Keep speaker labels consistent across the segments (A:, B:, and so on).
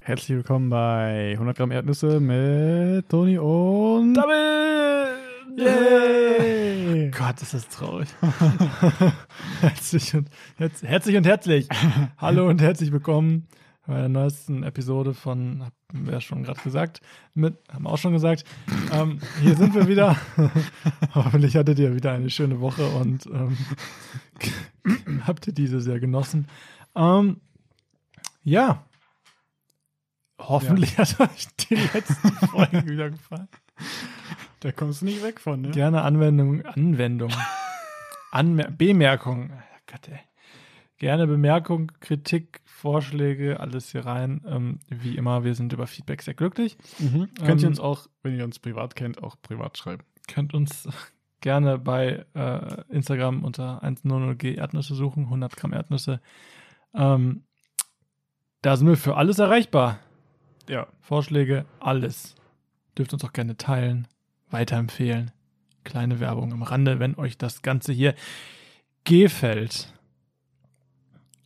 A: Herzlich willkommen bei 100 Gramm Erdnüsse mit Toni und
B: Double!
A: Yay!
B: Gott, ist das traurig. herzlich, und, herz, herzlich und herzlich. Hallo und herzlich willkommen bei der neuesten Episode von, haben wir ja schon gerade gesagt, mit, haben wir auch schon gesagt. Ähm, hier sind wir wieder. Hoffentlich hattet ihr wieder eine schöne Woche und ähm, habt ihr diese sehr genossen. Ähm, ja. Hoffentlich hat euch die letzten Folgen wieder gefallen.
A: Da kommst du nicht weg von, ne?
B: Gerne Anwendung, Anwendung. Anmer Bemerkung. Oh Gott, ey. Gerne Bemerkung, Kritik, Vorschläge, alles hier rein. Ähm, wie immer, wir sind über Feedback sehr glücklich.
A: Mhm. Könnt ihr
B: Ähm,
A: uns auch, wenn ihr uns privat kennt, auch privat schreiben.
B: Könnt uns gerne bei äh, Instagram unter 100g Erdnüsse suchen, 100 Gramm Erdnüsse. Ähm, da sind wir für alles erreichbar.
A: Ja.
B: Vorschläge, alles. Dürft uns auch gerne teilen, weiterempfehlen. Kleine Werbung am Rande, wenn euch das Ganze hier gefällt.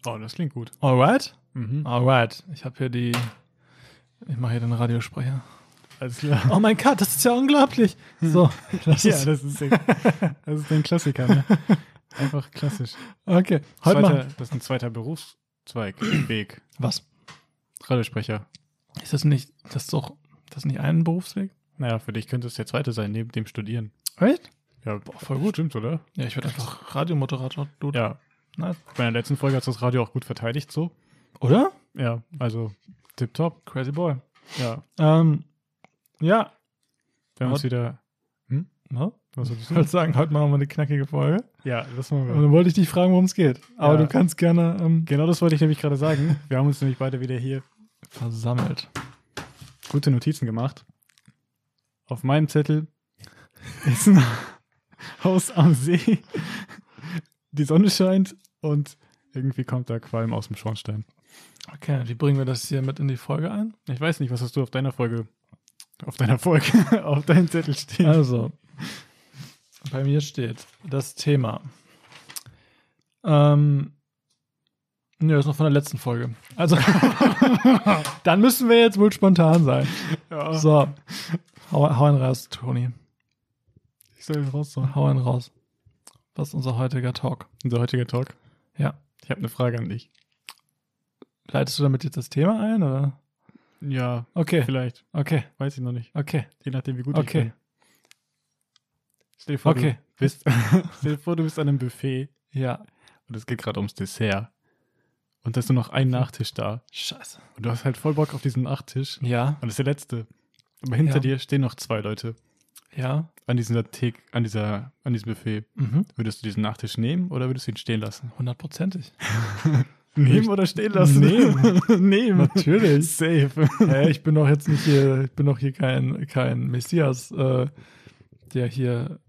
A: Oh, das klingt gut.
B: Alright?
A: Mhm.
B: Alright. Ich habe hier die. Ich mache hier den Radiosprecher.
A: Alles klar.
B: Oh mein Gott, das ist ja unglaublich. So, das
A: Hm. ja,
B: ist,
A: das ist, der, das ist ein Klassiker, ne? Einfach klassisch.
B: okay.
A: zweiter,
B: Heute mal.
A: das ist ein zweiter Berufszweig, Weg.
B: Was?
A: Radiosprecher.
B: Ist das nicht. Das ist doch. Das ist nicht ein Berufsweg?
A: Naja, für dich könnte es der zweite sein, neben dem Studieren.
B: Echt?
A: Ja, boah, voll gut. Stimmt, oder?
B: Ja, ich werde einfach Radiomoderator. Dude.
A: Ja.
B: Nice.
A: Bei der letzten Folge hat das Radio auch gut verteidigt, so.
B: Oder?
A: Ja, also tipptopp.
B: Crazy Boy.
A: Ja,
B: Ähm, ja.
A: wir haben uns
B: Hot-
A: wieder.
B: Ne?
A: Was sollst
B: Ich wollte sagen, heute machen wir eine knackige Folge.
A: Ja, das machen
B: Und
A: wir.
B: dann wollte ich dich fragen, worum es geht. Aber
A: Ja.
B: du kannst gerne ähm,
A: Also, Genau das wollte ich nämlich gerade sagen. Wir haben uns nämlich beide wieder hier
B: versammelt.
A: gute Notizen gemacht. Auf meinem Zettel ist ein Haus am See. Die Sonne scheint und irgendwie kommt da Qualm aus dem Schornstein.
B: Okay, wie bringen wir das hier mit in die Folge ein?
A: Ich weiß nicht, was hast du auf deiner Folge, auf deiner Folge, auf deinem Zettel stehen?
B: Also, bei mir steht das Thema. Ähm, ne, das ist noch von der letzten Folge. Also, dann müssen wir jetzt wohl spontan sein.
A: Ja,
B: So, hau, hau einen raus, Toni.
A: ich soll raus. So.
B: Hau einen raus. Was ist unser heutiger Talk?
A: Unser heutiger Talk.
B: Ja.
A: Ich habe eine Frage an dich.
B: Leitest du damit jetzt das Thema ein, oder?
A: Ja,
B: Okay,
A: vielleicht.
B: okay,
A: Weiß ich noch nicht.
B: okay,
A: Je nachdem, wie gut ich
B: okay,
A: bin. Stell dir vor,
B: okay.
A: du bist, stell dir vor, du bist an einem Buffet
B: Ja,
A: und es geht gerade ums Dessert. Und da ist nur noch ein Nachtisch da.
B: scheiße.
A: Und du hast halt voll Bock auf diesen Nachtisch. Und
B: Ja,
A: das ist der letzte. Aber hinter
B: Ja.
A: dir stehen noch zwei Leute
B: ja.
A: an dieser Theke, an dieser, an diesem Buffet.
B: Mhm.
A: Würdest du diesen Nachtisch nehmen oder würdest du ihn stehen lassen?
B: Hundertprozentig.
A: Nehmen oder stehen lassen? Nehmen. nehmen.
B: Natürlich.
A: Safe.
B: Hä, ich bin doch jetzt nicht hier, ich bin doch hier kein, kein Messias, äh, der hier.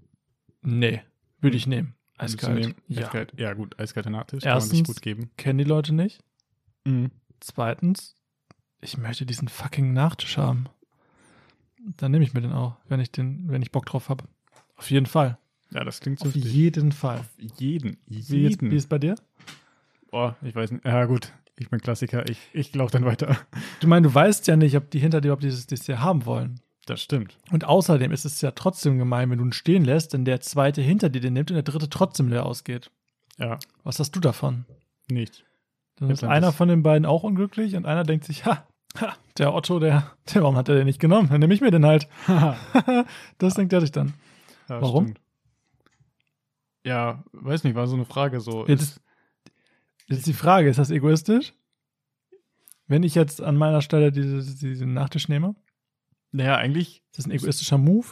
B: Nee, würde ich nehmen.
A: Hm. Würdest du
B: Eiskalt.
A: nehmen?
B: Ja.
A: Eiskalt. Ja, gut, eiskalter Nachtisch. Kann man
B: Erstens.
A: sich gut geben.
B: Kennen die Leute nicht.
A: Mhm.
B: Zweitens, ich möchte diesen fucking Nachtisch haben. Dann nehme ich mir den auch, wenn ich den, wenn ich Bock drauf habe. Auf jeden Fall.
A: Ja, das klingt
B: Auf
A: zünftig.
B: jeden Fall.
A: jeden.
B: Wie, jetzt, wie
A: Jeden.
B: ist bei dir?
A: Boah, ich weiß nicht. Ja, gut. Ich bin Klassiker. Ich, ich laufe dann weiter.
B: Du meinst, du weißt ja nicht, ob die hinter dir überhaupt dieses Dessert haben wollen.
A: Das stimmt.
B: Und außerdem ist es ja trotzdem gemein, wenn du ihn stehen lässt, denn der zweite hinter dir den nimmt und der dritte trotzdem leer ausgeht.
A: Ja,
B: Was hast du davon?
A: nicht.
B: Dann
A: Ja,
B: ist
A: dann
B: einer
A: ist-
B: von den beiden auch unglücklich und einer denkt sich, ha, ha der Otto, der, der, warum hat er den nicht genommen? Dann nehme ich mir den halt. das denkt er sich dann.
A: Ja,
B: Warum?
A: Stimmt. Ja, weiß nicht, war so eine Frage so.
B: Jetzt- Das ist die Frage, ist das egoistisch? Wenn ich jetzt an meiner Stelle dieses, diesen Nachtisch nehme,
A: naja, eigentlich
B: ist das ein egoistischer Move?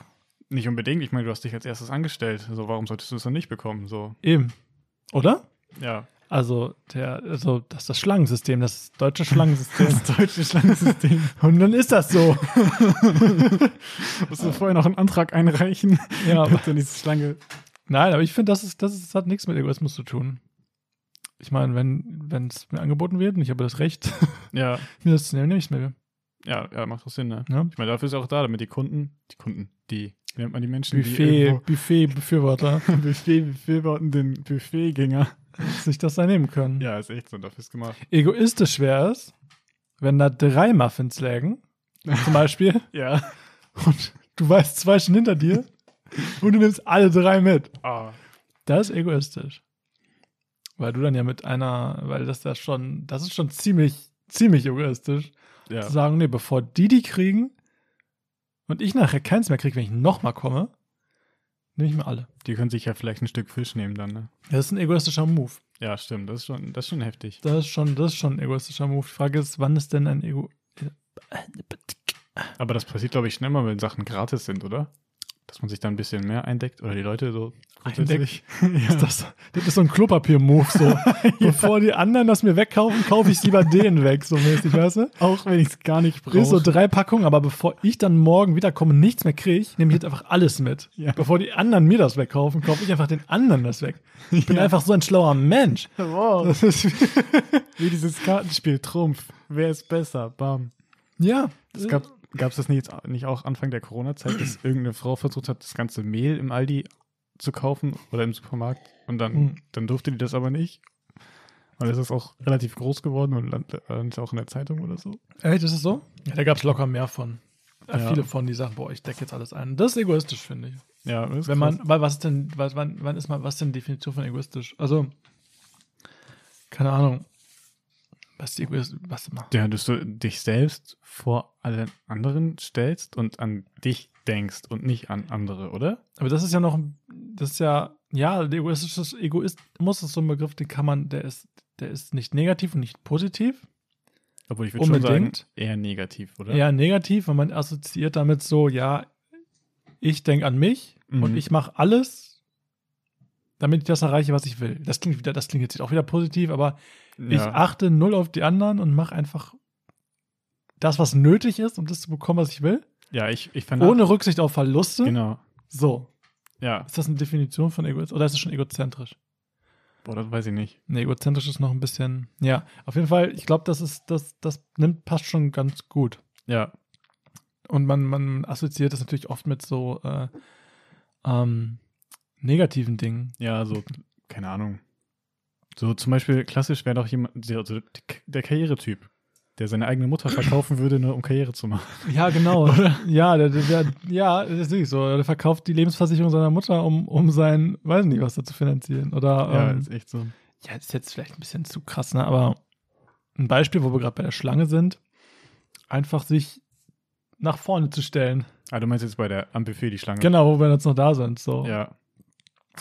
A: nicht unbedingt. Ich meine, du hast dich als erstes angestellt. So, warum solltest du es dann nicht bekommen? So,
B: Eben. Oder?
A: ja.
B: Also, der, also, das ist das Schlangensystem, das deutsche Schlangensystem.
A: deutsche Schlangensystem.
B: und dann ist das so.
A: Musst du vorher noch einen Antrag einreichen,
B: ja, aber,
A: damit dann diese Schlange.
B: nein, aber ich finde, das, ist, das, ist, das hat nichts mit Egoismus zu tun. Ich meine, wenn es mir angeboten wird und ich habe das Recht,
A: Ja,
B: mir das zu nehmen, nehme ich es mir.
A: ja, ja, macht doch Sinn, ne?
B: Ja?
A: Ich meine, dafür ist er auch da, damit die Kunden, die Kunden, die, wie nennt man die Menschen, die
B: Buffet,
A: irgendwo-
B: Buffet, Befürworter,
A: Buffet, befürwortenden Buffetgänger.
B: sich das da nehmen können.
A: Ja, ist echt so, dafür ist gemacht.
B: Egoistisch wäre es, wenn da drei Muffins lägen, zum Beispiel,
A: Ja.
B: und du weißt zwei schon hinter dir und du nimmst alle drei mit.
A: Ah.
B: Das ist egoistisch. Weil du dann ja mit einer, weil das da schon, das ist schon ziemlich, ziemlich egoistisch, zu
A: Ja.
B: sagen, nee, bevor die die kriegen und ich nachher keins mehr kriege, wenn ich nochmal komme, nehme ich mir alle.
A: Die können sich ja vielleicht ein Stück Fisch nehmen dann, ne?
B: Das ist ein egoistischer Move.
A: Ja, stimmt. Das ist schon, das ist schon heftig.
B: Das ist schon, das ist schon ein egoistischer Move. Die Frage ist, wann ist denn ein Ego.
A: Aber das passiert, glaube ich, schnell mal, wenn Sachen gratis sind, oder? Dass man sich dann ein bisschen mehr eindeckt oder die Leute so. grundsätzlich.
B: Ist das, das ist so ein Klopapier-Move. So. Bevor die anderen das mir wegkaufen, kaufe ich lieber den weg, so mäßig, weißt du?
A: Auch wenn ich es gar nicht brauche.
B: Ist so drei Packungen, aber bevor ich dann morgen wiederkomme und nichts mehr kriege, nehme ich jetzt einfach alles mit.
A: Ja.
B: Bevor die anderen mir das wegkaufen, kaufe ich einfach den anderen das weg. Ich bin
A: Ja.
B: einfach so ein schlauer Mensch.
A: Wow.
B: Das ist,
A: Wie dieses Kartenspiel Trumpf. Wer ist besser? Bam.
B: ja.
A: Es gab es das nicht, jetzt- nicht auch Anfang der Corona-Zeit, dass irgendeine Frau versucht hat, das ganze Mehl im Aldi zu kaufen oder im Supermarkt und dann,
B: Mhm.
A: dann durfte die das aber nicht. Und es ist auch relativ groß geworden und land- landet auch in der Zeitung oder so.
B: Äh, Echt, ist es so? Ja, da gab es locker mehr von. Äh,
A: Ja.
B: Viele von, die sagen, boah, ich decke jetzt alles ein. Das ist egoistisch, finde ich.
A: Ja, das ist
B: Wenn
A: krass.
B: man, weil was ist denn, was, wann, wann ist man, was ist denn die Definition von egoistisch? Also, keine Ahnung. Was die egoistisch, was immer.
A: Ja, dass du dich selbst vor allen anderen stellst und an dich denkst und nicht an andere, oder?
B: Aber das ist ja noch, ein- das ist ja, ja, der egoistisches Egoismus ist so ein Begriff, den kann man, der ist, der ist nicht negativ und nicht positiv.
A: Obwohl ich würde schon sagen,
B: Unbedingt.
A: eher negativ, oder?
B: Eher negativ, weil man assoziiert damit so, ja, ich denke an mich
A: Mhm.
B: und ich mache alles, damit ich das erreiche, was ich will. Das klingt wieder, das klingt jetzt auch wieder positiv, aber ich
A: ja.
B: achte null auf die anderen und mache einfach das, was nötig ist, um das zu bekommen, was ich will,
A: ja, ich, ich fand
B: ohne Rücksicht auf Verluste.
A: Genau.
B: So,
A: Ja,
B: ist das eine Definition von Egoismus oder ist es schon egozentrisch?
A: boah, das weiß ich nicht.
B: Nee, egozentrisch ist noch ein bisschen. Ja, auf jeden Fall, ich glaube, das ist, das, das nimmt, passt schon ganz gut.
A: Ja,
B: Und man, man assoziiert das natürlich oft mit so äh, ähm, negativen Dingen.
A: ja, so, keine Ahnung. So zum Beispiel klassisch wäre doch jemand, der, also der Karrieretyp, der seine eigene Mutter verkaufen würde, nur um Karriere zu machen.
B: Ja, genau. ja, der, der, der, ja, das ist wirklich so. Der verkauft die Lebensversicherung seiner Mutter, um, um sein, weiß nicht, was da zu finanzieren. Oder
A: ja,
B: ähm,
A: ist echt so.
B: Ja, das ist jetzt vielleicht ein bisschen zu krass, ne? aber ein Beispiel, wo wir gerade bei der Schlange sind, einfach sich nach vorne zu stellen.
A: Ah, du meinst jetzt bei der am Buffet die Schlange?
B: Genau, wo wir jetzt noch da sind. So.
A: Ja,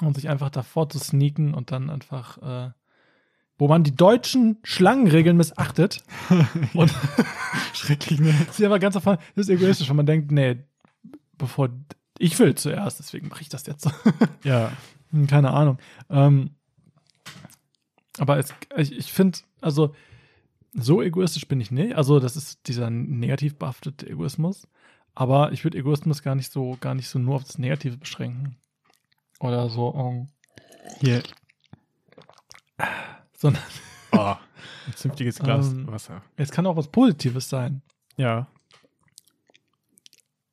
B: Und sich einfach davor zu sneaken und dann einfach, äh, wo man die deutschen Schlangenregeln missachtet. und
A: schrecklich, ne?
B: sie aber ganz davon, das ist egoistisch, wenn man denkt, nee, bevor ich will zuerst, deswegen mache ich das jetzt.
A: Ja,
B: Hm, Keine Ahnung. Ähm, aber es, ich, ich finde, also so egoistisch bin ich nicht. Also das ist dieser negativ behaftete Egoismus. Aber ich würde Egoismus gar nicht so, gar nicht so nur auf das Negative beschränken. Oder so, ähm,
A: hier.
B: sondern
A: Oh, ein zünftiges Glas
B: Ähm,
A: Wasser.
B: es kann auch was Positives sein,
A: Ja.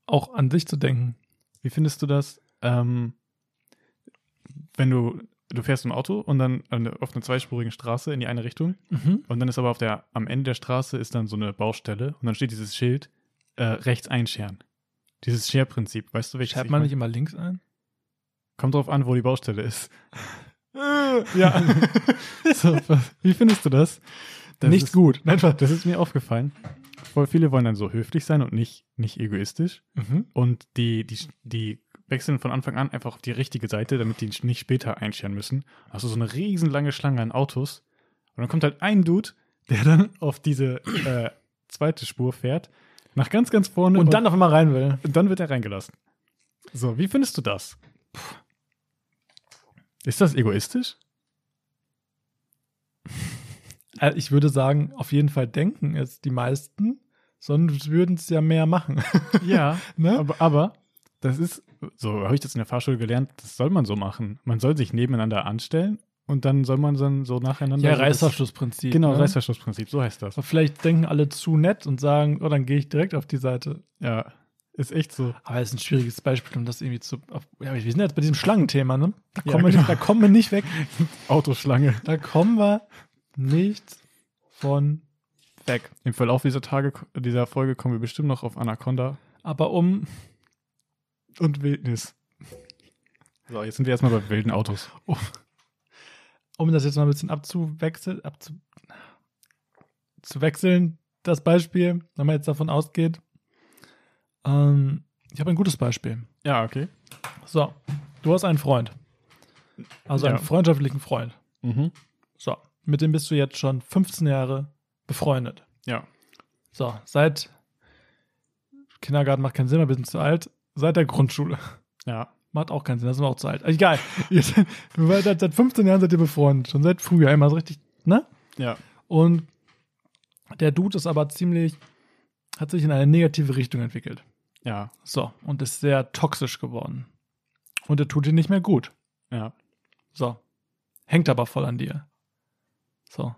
B: auch an sich zu denken.
A: Wie findest du das, ähm, wenn du, du fährst im Auto und dann an- auf einer zweispurigen Straße in die eine Richtung und dann ist aber auf der, am Ende der Straße ist dann so eine Baustelle und dann steht dieses Schild, äh, rechts einscheren. Dieses Scherprinzip, weißt du, welches
B: Schreibt
A: ich
B: man
A: mein?
B: nicht immer links ein?
A: Kommt drauf an, wo die Baustelle ist. ja. so, was, wie findest du das? das
B: nicht
A: ist,
B: gut.
A: Einfach, das ist mir aufgefallen. Voll viele wollen dann so höflich sein und nicht, nicht egoistisch. Und die, die, die wechseln von Anfang an einfach auf die richtige Seite, damit die nicht später einscheren müssen. Also so eine riesenlange Schlange an Autos. Und dann kommt halt ein Dude, der dann auf diese äh, zweite Spur fährt, nach ganz, ganz vorne
B: Und dann auf einmal rein will.
A: und dann wird er reingelassen. So, wie findest du das? Puh. Ist das egoistisch?
B: Äh, Ich würde sagen, auf jeden Fall denken es die meisten, sonst würden es ja mehr machen.
A: Ja.
B: Ne?
A: Aber, aber das ist, so habe ich das in der Fahrschule gelernt, das soll man so machen. Man soll sich nebeneinander anstellen und dann soll man dann so nacheinander.
B: Ja,
A: so das-
B: Reißverschlussprinzip.
A: Genau,
B: ne?
A: Reißverschlussprinzip, so heißt das.
B: Aber Vielleicht denken alle zu nett und sagen, oh, dann gehe ich direkt auf die Seite.
A: Ja, ist echt so.
B: Aber das ist ein schwieriges Beispiel, um das irgendwie zu. Auf, ja, aber wir sind jetzt bei diesem Schlangenthema, ne? Da
A: Ja,
B: kommen, wir,
A: genau.
B: nicht, da kommen wir nicht weg.
A: Autoschlange.
B: Da kommen wir nicht von Back.
A: Im Verlauf dieser Tage, dieser Folge kommen wir bestimmt noch auf Anaconda
B: Aber um,
A: und Wildnis. So, jetzt sind wir erstmal bei wilden Autos.
B: um das jetzt mal ein bisschen abzuwechseln, abzu, zu wechseln, das Beispiel, wenn man jetzt davon ausgeht, ähm, ich habe ein gutes Beispiel.
A: Ja, okay.
B: So, du hast einen Freund. Also einen
A: Ja.
B: freundschaftlichen Freund.
A: Mhm.
B: So, mit dem bist du jetzt schon 15 Jahre befreundet.
A: Ja.
B: So, seit Kindergarten macht keinen Sinn, wir sind zu alt. Seit der Grundschule
A: Ja.
B: macht auch keinen Sinn, da sind wir auch zu alt. Äh, Egal. Ihr seid- du seid seit seit 15 Jahren seid ihr befreundet, schon seit früher immer so richtig, ne?
A: Ja.
B: Und der Dude ist aber ziemlich, hat sich in eine negative Richtung entwickelt.
A: Ja.
B: So, und ist sehr toxisch geworden. Und er tut dir nicht mehr gut.
A: Ja.
B: So. Hängt aber voll an dir. So.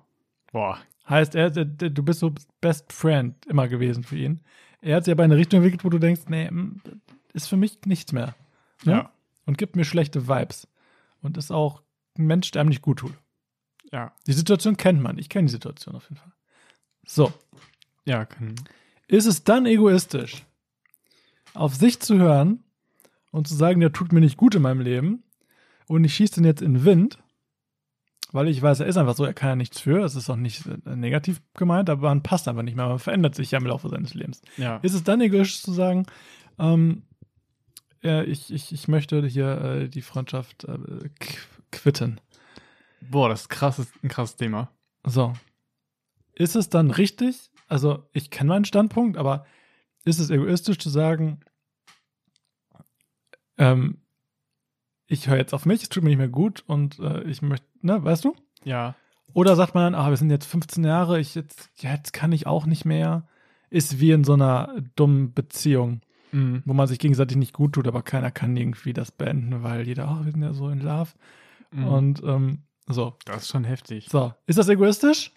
A: Boah.
B: Heißt, er, der- der- du bist so Best Friend immer gewesen für ihn. Er hat sich aber in eine Richtung entwickelt, wo du denkst, nee, mm, ist für mich nichts mehr. Ne?
A: Ja.
B: Und gibt mir schlechte Vibes. Und ist auch ein Mensch, der einem nicht gut tut.
A: Ja.
B: Die Situation kennt man. Ich kenne die Situation auf jeden Fall. So.
A: Ja, kann.
B: Ist es dann egoistisch, auf sich zu hören und zu sagen, der tut mir nicht gut in meinem Leben und ich schieße den jetzt in den Wind, weil ich weiß, er ist einfach so, er kann ja nichts für, es ist auch nicht äh, negativ gemeint, aber man passt einfach nicht mehr, man verändert sich ja im Laufe seines Lebens.
A: Ja.
B: Ist es dann egoistisch zu sagen, ähm, äh, ich, ich, ich möchte hier äh, die Freundschaft äh, qu- quitten?
A: Boah, das ist krasses, ein krasses Thema.
B: So. Ist es dann richtig? Also, ich kenne meinen Standpunkt, aber ist es egoistisch zu sagen, ähm, ich höre jetzt auf mich, es tut mir nicht mehr gut und äh, ich möchte, ne, weißt du?
A: Ja.
B: Oder sagt man dann, ah, wir sind jetzt 15 Jahre, ich jetzt, ja, jetzt kann ich auch nicht mehr. Ist wie in so einer dummen Beziehung,
A: Mhm.
B: wo man sich gegenseitig nicht gut tut, aber keiner kann irgendwie das beenden, weil jeder, ach, wir sind ja so in Love.
A: Und
B: Und ähm, so.
A: mhm. das ist schon heftig.
B: So. Ist das egoistisch?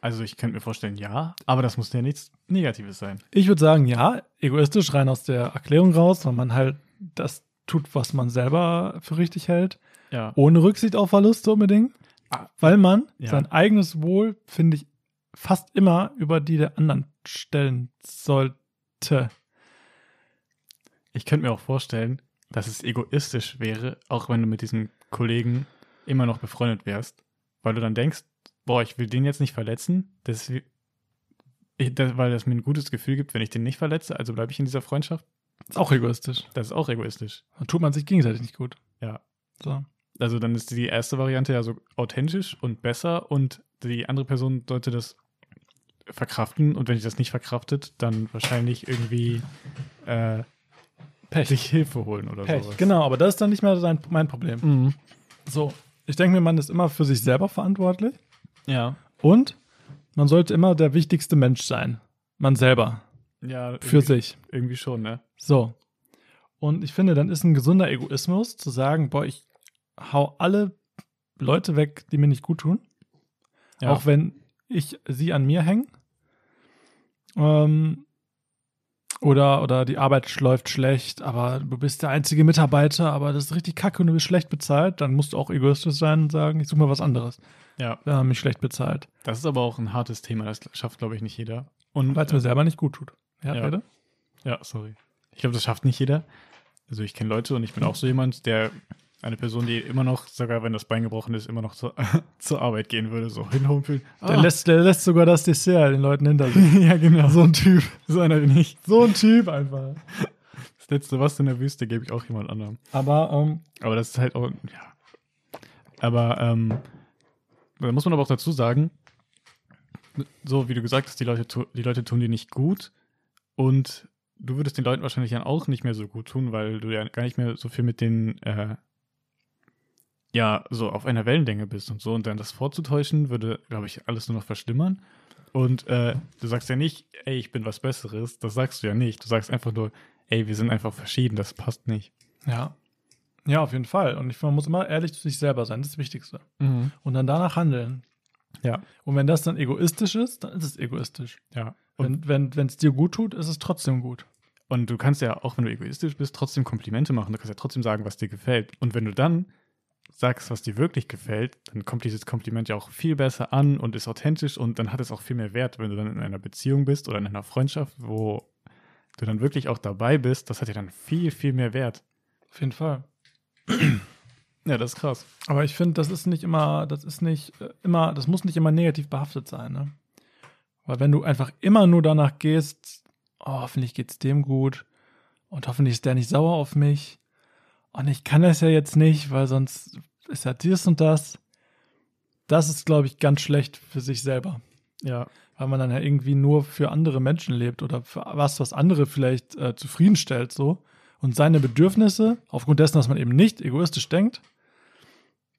A: Also ich könnte mir vorstellen, ja, aber das muss ja nichts Negatives sein.
B: Ich würde sagen, ja, egoistisch rein aus der Erklärung raus, weil man halt das tut, was man selber für richtig hält,
A: Ja.
B: ohne Rücksicht auf Verluste unbedingt,
A: Ah.
B: weil man
A: Ja.
B: sein eigenes Wohl, finde ich, fast immer über die der anderen stellen sollte.
A: Ich könnte mir auch vorstellen, dass es egoistisch wäre, auch wenn du mit diesem Kollegen immer noch befreundet wärst, weil du dann denkst, boah, ich will den jetzt nicht verletzen, das, ich, das, weil das mir ein gutes Gefühl gibt, wenn ich den nicht verletze, also bleibe ich in dieser Freundschaft.
B: Ist auch egoistisch.
A: Das ist auch egoistisch.
B: Dann tut man sich gegenseitig nicht gut.
A: Ja.
B: So.
A: Also dann ist die erste Variante ja so authentisch und besser und die andere Person sollte das verkraften und wenn sie das nicht verkraftet, dann wahrscheinlich irgendwie äh, sich Hilfe holen oder sowas.
B: Genau, aber das ist dann nicht mehr sein, mein Problem.
A: Mhm.
B: So, ich denke mir, man ist immer für sich selber verantwortlich
A: Ja.
B: und man sollte immer der wichtigste Mensch sein. Man selber.
A: Ja,
B: Für
A: irgendwie-
B: sich.
A: Irgendwie schon, ne?
B: So. Und ich finde, dann ist ein gesunder Egoismus zu sagen, boah, ich hau alle Leute weg, die mir nicht gut tun,
A: Ja.
B: auch wenn ich sie an mir hängen. Ähm, oder, oder die Arbeit läuft schlecht, aber du bist der einzige Mitarbeiter, aber das ist richtig kacke und du bist schlecht bezahlt, dann musst du auch egoistisch sein und sagen, ich suche mal was anderes,
A: ja.
B: wenn man mich schlecht bezahlt,
A: Das ist aber auch ein hartes Thema, das schafft, glaube ich, nicht jeder. Und
B: weil es mir selber nicht gut tut. Ja,
A: Ja.
B: Leute?
A: ja, sorry. Ich glaube, das schafft nicht jeder. Also ich kenne Leute und ich bin auch so jemand, der eine Person, die immer noch, sogar wenn das Bein gebrochen ist, immer noch zur, zur Arbeit gehen würde, so Ah, hinhumpeln.
B: Der, lässt, der lässt sogar das Dessert den Leuten hinter sich.
A: ja, genau. So ein Typ. So einer bin ich.
B: so ein Typ einfach.
A: Das letzte, was in der Wüste, gebe ich auch jemand anderem.
B: Aber ähm,
A: Aber das ist halt auch, ja. Aber ähm, da muss man aber auch dazu sagen, so wie du gesagt hast, die Leute, tu- die Leute tun dir nicht gut und du würdest den Leuten wahrscheinlich dann auch nicht mehr so gut tun, weil du ja gar nicht mehr so viel mit denen, äh, ja, so auf einer Wellenlänge bist und so. Und dann das vorzutäuschen, würde, glaube ich, alles nur noch verschlimmern. Und äh, du sagst ja nicht, ey, ich bin was Besseres. Das sagst du ja nicht. Du sagst einfach nur, ey, wir sind einfach verschieden, das passt nicht.
B: Ja. Ja, auf jeden Fall. Und ich, finde, man muss immer ehrlich zu sich selber sein, das ist das Wichtigste. Und dann danach handeln.
A: Ja.
B: Und wenn das dann egoistisch ist, dann ist es egoistisch.
A: Ja.
B: Und wenn wenn es dir gut tut, ist es trotzdem gut.
A: Und du kannst ja, auch wenn du egoistisch bist, trotzdem Komplimente machen. Du kannst ja trotzdem sagen, was dir gefällt. Und wenn du dann sagst, was dir wirklich gefällt, dann kommt dieses Kompliment ja auch viel besser an und ist authentisch und dann hat es auch viel mehr Wert, wenn du dann in einer Beziehung bist oder in einer Freundschaft, wo du dann wirklich auch dabei bist, das hat ja dann viel, viel mehr Wert.
B: Auf jeden Fall.
A: Ja, das ist krass.
B: Aber ich finde, das ist nicht immer, das ist nicht äh, immer, das muss nicht immer negativ behaftet sein, ne? Weil wenn du einfach immer nur danach gehst, oh, hoffentlich geht's dem gut und hoffentlich ist der nicht sauer auf mich und ich kann das ja jetzt nicht, weil sonst ist ja dies und das. Das ist, glaube ich, ganz schlecht für sich selber,
A: Ja,
B: weil man dann ja irgendwie nur für andere Menschen lebt oder für was, was andere vielleicht äh, zufriedenstellt, so. Und seine Bedürfnisse, aufgrund dessen, dass man eben nicht egoistisch denkt,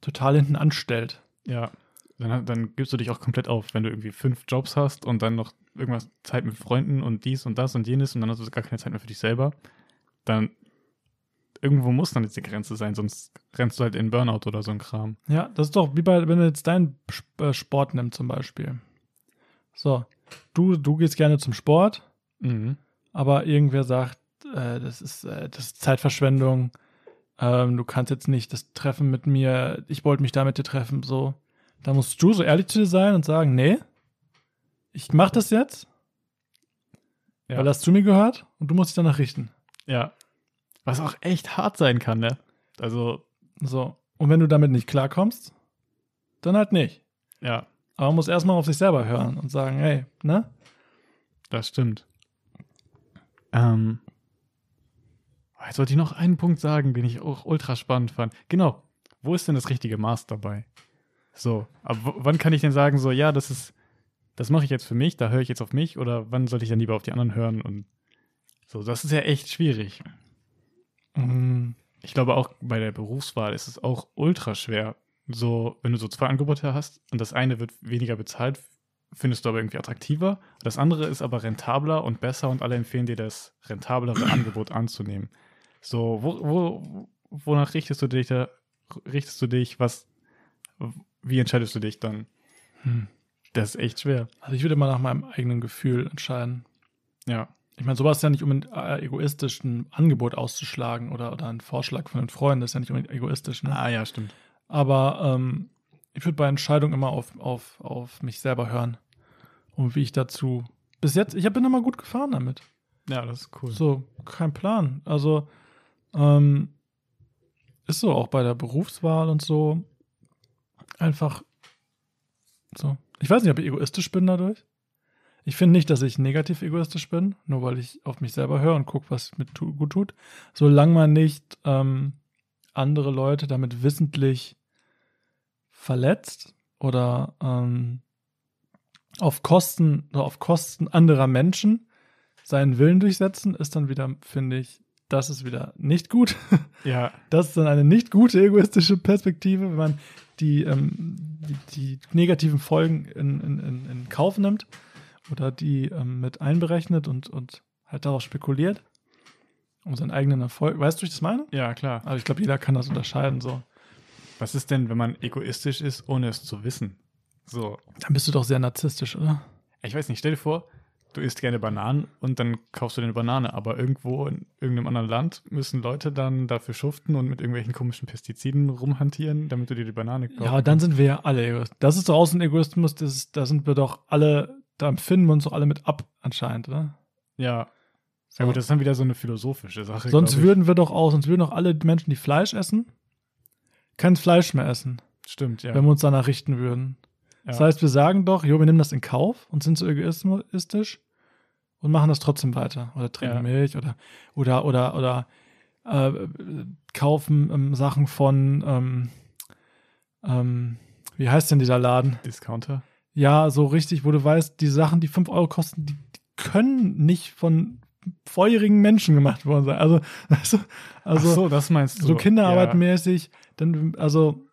B: total hinten anstellt.
A: ja. Dann, dann gibst du dich auch komplett auf, wenn du irgendwie fünf Jobs hast und dann noch irgendwas Zeit mit Freunden und dies und das und jenes und dann hast du gar keine Zeit mehr für dich selber, dann irgendwo muss dann jetzt die Grenze sein, sonst rennst du halt in Burnout oder so ein Kram.
B: Ja, das ist doch wie bei, wenn du jetzt deinen Sp- äh, Sport nimmst zum Beispiel. So, du, du gehst gerne zum Sport,
A: Mhm.
B: aber irgendwer sagt, äh, das, ist, äh, das ist Zeitverschwendung, ähm, du kannst jetzt nicht das Treffen mit mir, ich wollte mich da mit dir treffen, so. Da musst du so ehrlich zu dir sein und sagen, nee, ich mach das jetzt,
A: Ja.
B: weil das zu mir gehört und du musst dich danach richten.
A: Ja. Was auch echt hart sein kann, ne? Also,
B: So, und wenn du damit nicht klarkommst, dann halt nicht.
A: ja,
B: Aber man muss erstmal auf sich selber hören und sagen, hey, ne?
A: das stimmt. Ähm. oh, Jetzt wollte ich noch einen Punkt sagen, den ich auch ultra spannend fand. Genau. Wo ist denn das richtige Maß dabei? So, ab w- wann kann ich denn sagen, so, ja, das ist, das mache ich jetzt für mich, da höre ich jetzt auf mich oder wann sollte ich dann lieber auf die anderen hören und so, das ist ja echt schwierig.
B: Mhm.
A: Ich glaube, auch bei der Berufswahl ist es auch ultra schwer. So, wenn du so zwei Angebote hast und das eine wird weniger bezahlt, findest du aber irgendwie attraktiver. Das andere ist aber rentabler und besser und alle empfehlen dir, das rentablere Angebot anzunehmen. So, wo, wo, wonach richtest du dich da? Richtest du dich? Was? Wie entscheidest du dich dann?
B: Hm.
A: Das ist echt schwer.
B: Also ich würde immer nach meinem eigenen Gefühl entscheiden.
A: Ja,
B: Ich meine, sowas ist ja nicht unbedingt äh, egoistisch, ein Angebot auszuschlagen oder, oder einen Vorschlag von einem Freund, das ist ja nicht unbedingt egoistisch. Ne?
A: Ah, ja, stimmt.
B: Aber ähm, ich würde bei Entscheidungen immer auf, auf, auf mich selber hören und wie ich dazu. Bis jetzt, ich bin immer gut gefahren damit.
A: Ja, das ist cool.
B: So, kein Plan. Also, ähm, ist so auch bei der Berufswahl und so. Einfach so. Ich weiß nicht, ob ich egoistisch bin dadurch. Ich finde nicht, dass ich negativ egoistisch bin, nur weil ich auf mich selber höre und gucke, was mir tu gut tut. Solange man nicht ähm, andere Leute damit wissentlich verletzt oder ähm, auf Kosten, so auf Kosten anderer Menschen seinen Willen durchsetzen, ist dann wieder, finde ich, das ist wieder nicht gut.
A: Ja,
B: Das ist dann eine nicht gute egoistische Perspektive, wenn man die, ähm, die, die negativen Folgen in, in, in, in Kauf nimmt oder die ähm, mit einberechnet und, und halt darauf spekuliert, um seinen eigenen Erfolg. Weißt du, wie ich das meine?
A: ja, klar.
B: Also ich glaube, jeder kann das unterscheiden. So.
A: Was ist denn, wenn man egoistisch ist, ohne es zu wissen? So,
B: Dann bist du doch sehr narzisstisch, oder?
A: Ich weiß nicht, stell dir vor, du isst gerne Bananen und dann kaufst du dir eine Banane, aber irgendwo in irgendeinem anderen Land müssen Leute dann dafür schuften und mit irgendwelchen komischen Pestiziden rumhantieren, damit du dir die Banane kaufst.
B: Ja, aber dann sind wir ja alle Egoisten. Das ist doch außen Egoismus, das ist, da sind wir doch alle, da empfinden wir uns doch alle mit ab, anscheinend, oder?
A: ja.
B: So.
A: ja gut, das ist dann wieder so eine philosophische Sache.
B: Sonst
A: glaub ich.
B: würden wir doch auch, sonst würden doch alle Menschen, die Fleisch essen, kein Fleisch mehr essen,
A: Stimmt, ja.
B: wenn wir uns danach richten würden. Das
A: ja.
B: heißt, wir sagen doch, jo, wir nehmen das in Kauf und sind so egoistisch und machen das trotzdem weiter. Oder trinken
A: Ja.
B: Milch oder oder oder oder äh, kaufen ähm, Sachen von ähm, ähm, wie heißt denn dieser Laden?
A: Discounter.
B: Ja, so richtig, wo du weißt, die Sachen, die 5 Euro kosten, die, die können nicht von feurigen Menschen gemacht worden sein. Also, also, also
A: Ach so, das meinst du.
B: so, Kinderarbeit
A: ja.
B: mäßig, dann, also,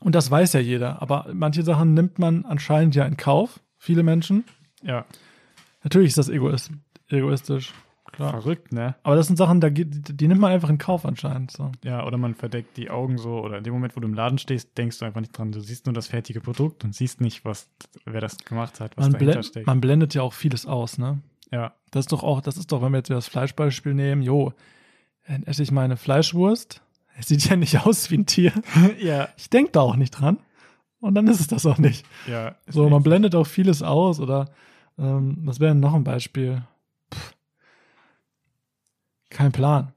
B: und das weiß ja jeder, aber manche Sachen nimmt man anscheinend ja in Kauf, viele Menschen.
A: Ja,
B: Natürlich ist das egoist, egoistisch, klar.
A: verrückt, ne?
B: Aber das sind Sachen, da, geht- die nimmt man einfach in Kauf anscheinend. So.
A: Ja, oder man verdeckt die Augen so, oder in dem Moment, wo du im Laden stehst, denkst du einfach nicht dran. Du siehst nur das fertige Produkt und siehst nicht, was, wer das gemacht hat, was
B: Man,
A: dahinter
B: blend,
A: steckt.
B: man blendet ja auch vieles aus, ne?
A: ja,
B: Das ist doch auch, das ist doch, wenn wir jetzt wieder das Fleischbeispiel nehmen, jo, dann esse ich meine Fleischwurst, Es sieht ja nicht aus wie ein Tier.
A: ja.
B: Ich denke da auch nicht dran. Und dann ist es das auch nicht.
A: Ja.
B: So, man blendet auch vieles aus oder ähm, was wäre denn noch ein Beispiel? Pff. Kein Plan.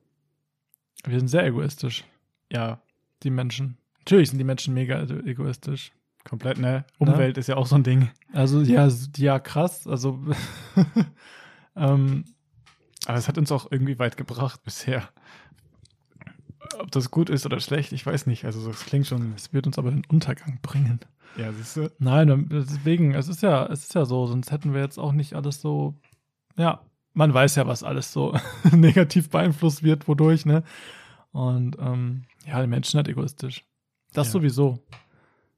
B: Wir sind sehr egoistisch,
A: ja,
B: die Menschen. Natürlich sind die Menschen mega ego- egoistisch.
A: komplett, ne? Umwelt ist ja auch so ein Ding.
B: Also ja, s- ja krass. Also ähm,
A: Aber es hat uns auch irgendwie weit gebracht bisher. Ob das gut ist oder schlecht, ich weiß nicht. Also das klingt schon,
B: es wird uns aber den Untergang bringen.
A: ja, siehst du?
B: Nein, dann- deswegen, es ist ja, es ist ja so, sonst hätten wir jetzt auch nicht alles so, ja, man weiß ja, was alles so negativ beeinflusst wird, wodurch, ne? Und ähm, ja, die Menschen sind egoistisch. Das
A: Ja.
B: sowieso.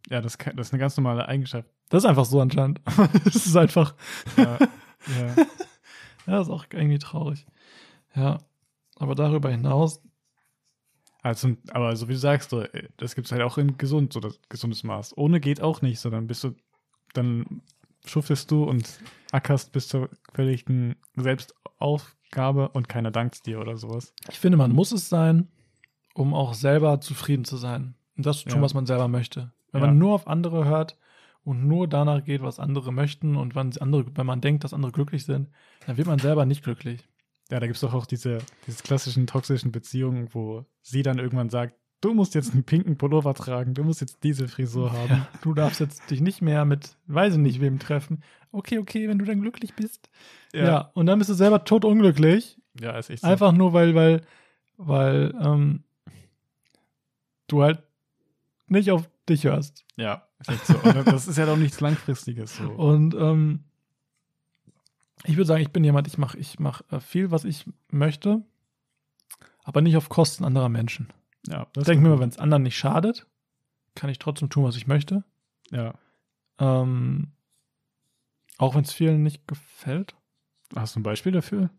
A: Ja, das, kann, das ist eine ganz normale Eigenschaft.
B: Das ist einfach so anscheinend. das ist einfach,
A: Ja, ja.
B: ja, das ist auch irgendwie traurig. Ja, aber darüber hinaus,
A: Also, aber so wie du sagst, so, äh, das gibt es halt auch in gesund, so das gesundes Maß. Ohne geht auch nicht, sondern bist du, dann schuftest du und ackerst bis zur völligen Selbstaufgabe und keiner dankt dir oder sowas.
B: ich finde, man muss es sein, um auch selber zufrieden zu sein. Und das zu tun,
A: Ja.
B: was man selber möchte. Wenn
A: Ja.
B: man nur auf andere hört und nur danach geht, was andere möchten und wenn, andere, wenn man denkt, dass andere glücklich sind, dann wird man selber nicht glücklich.
A: Ja, da gibt es doch auch diese diese klassischen toxischen Beziehungen, wo sie dann irgendwann sagt, du musst jetzt einen pinken Pullover tragen, du musst jetzt diese Frisur haben.
B: Ja, du darfst jetzt dich nicht mehr mit, weiß ich nicht, wem treffen. Okay, okay, wenn du dann glücklich bist. Ja, und dann bist du selber totunglücklich.
A: ja ist echt so.
B: Einfach nur, weil, weil, weil ähm, du halt nicht auf dich hörst.
A: Ja, ist echt so. Und das ist ja doch nichts Langfristiges. So.
B: Und ähm, ich würde sagen, ich bin jemand, ich mache ich mach, äh, viel, was ich möchte, aber nicht auf Kosten anderer Menschen.
A: ja,
B: Ich
A: das
B: denke mir immer, wenn es anderen nicht schadet, kann ich trotzdem tun, was ich möchte.
A: ja.
B: Ähm, auch wenn es vielen nicht gefällt.
A: Hast du ein Beispiel dafür?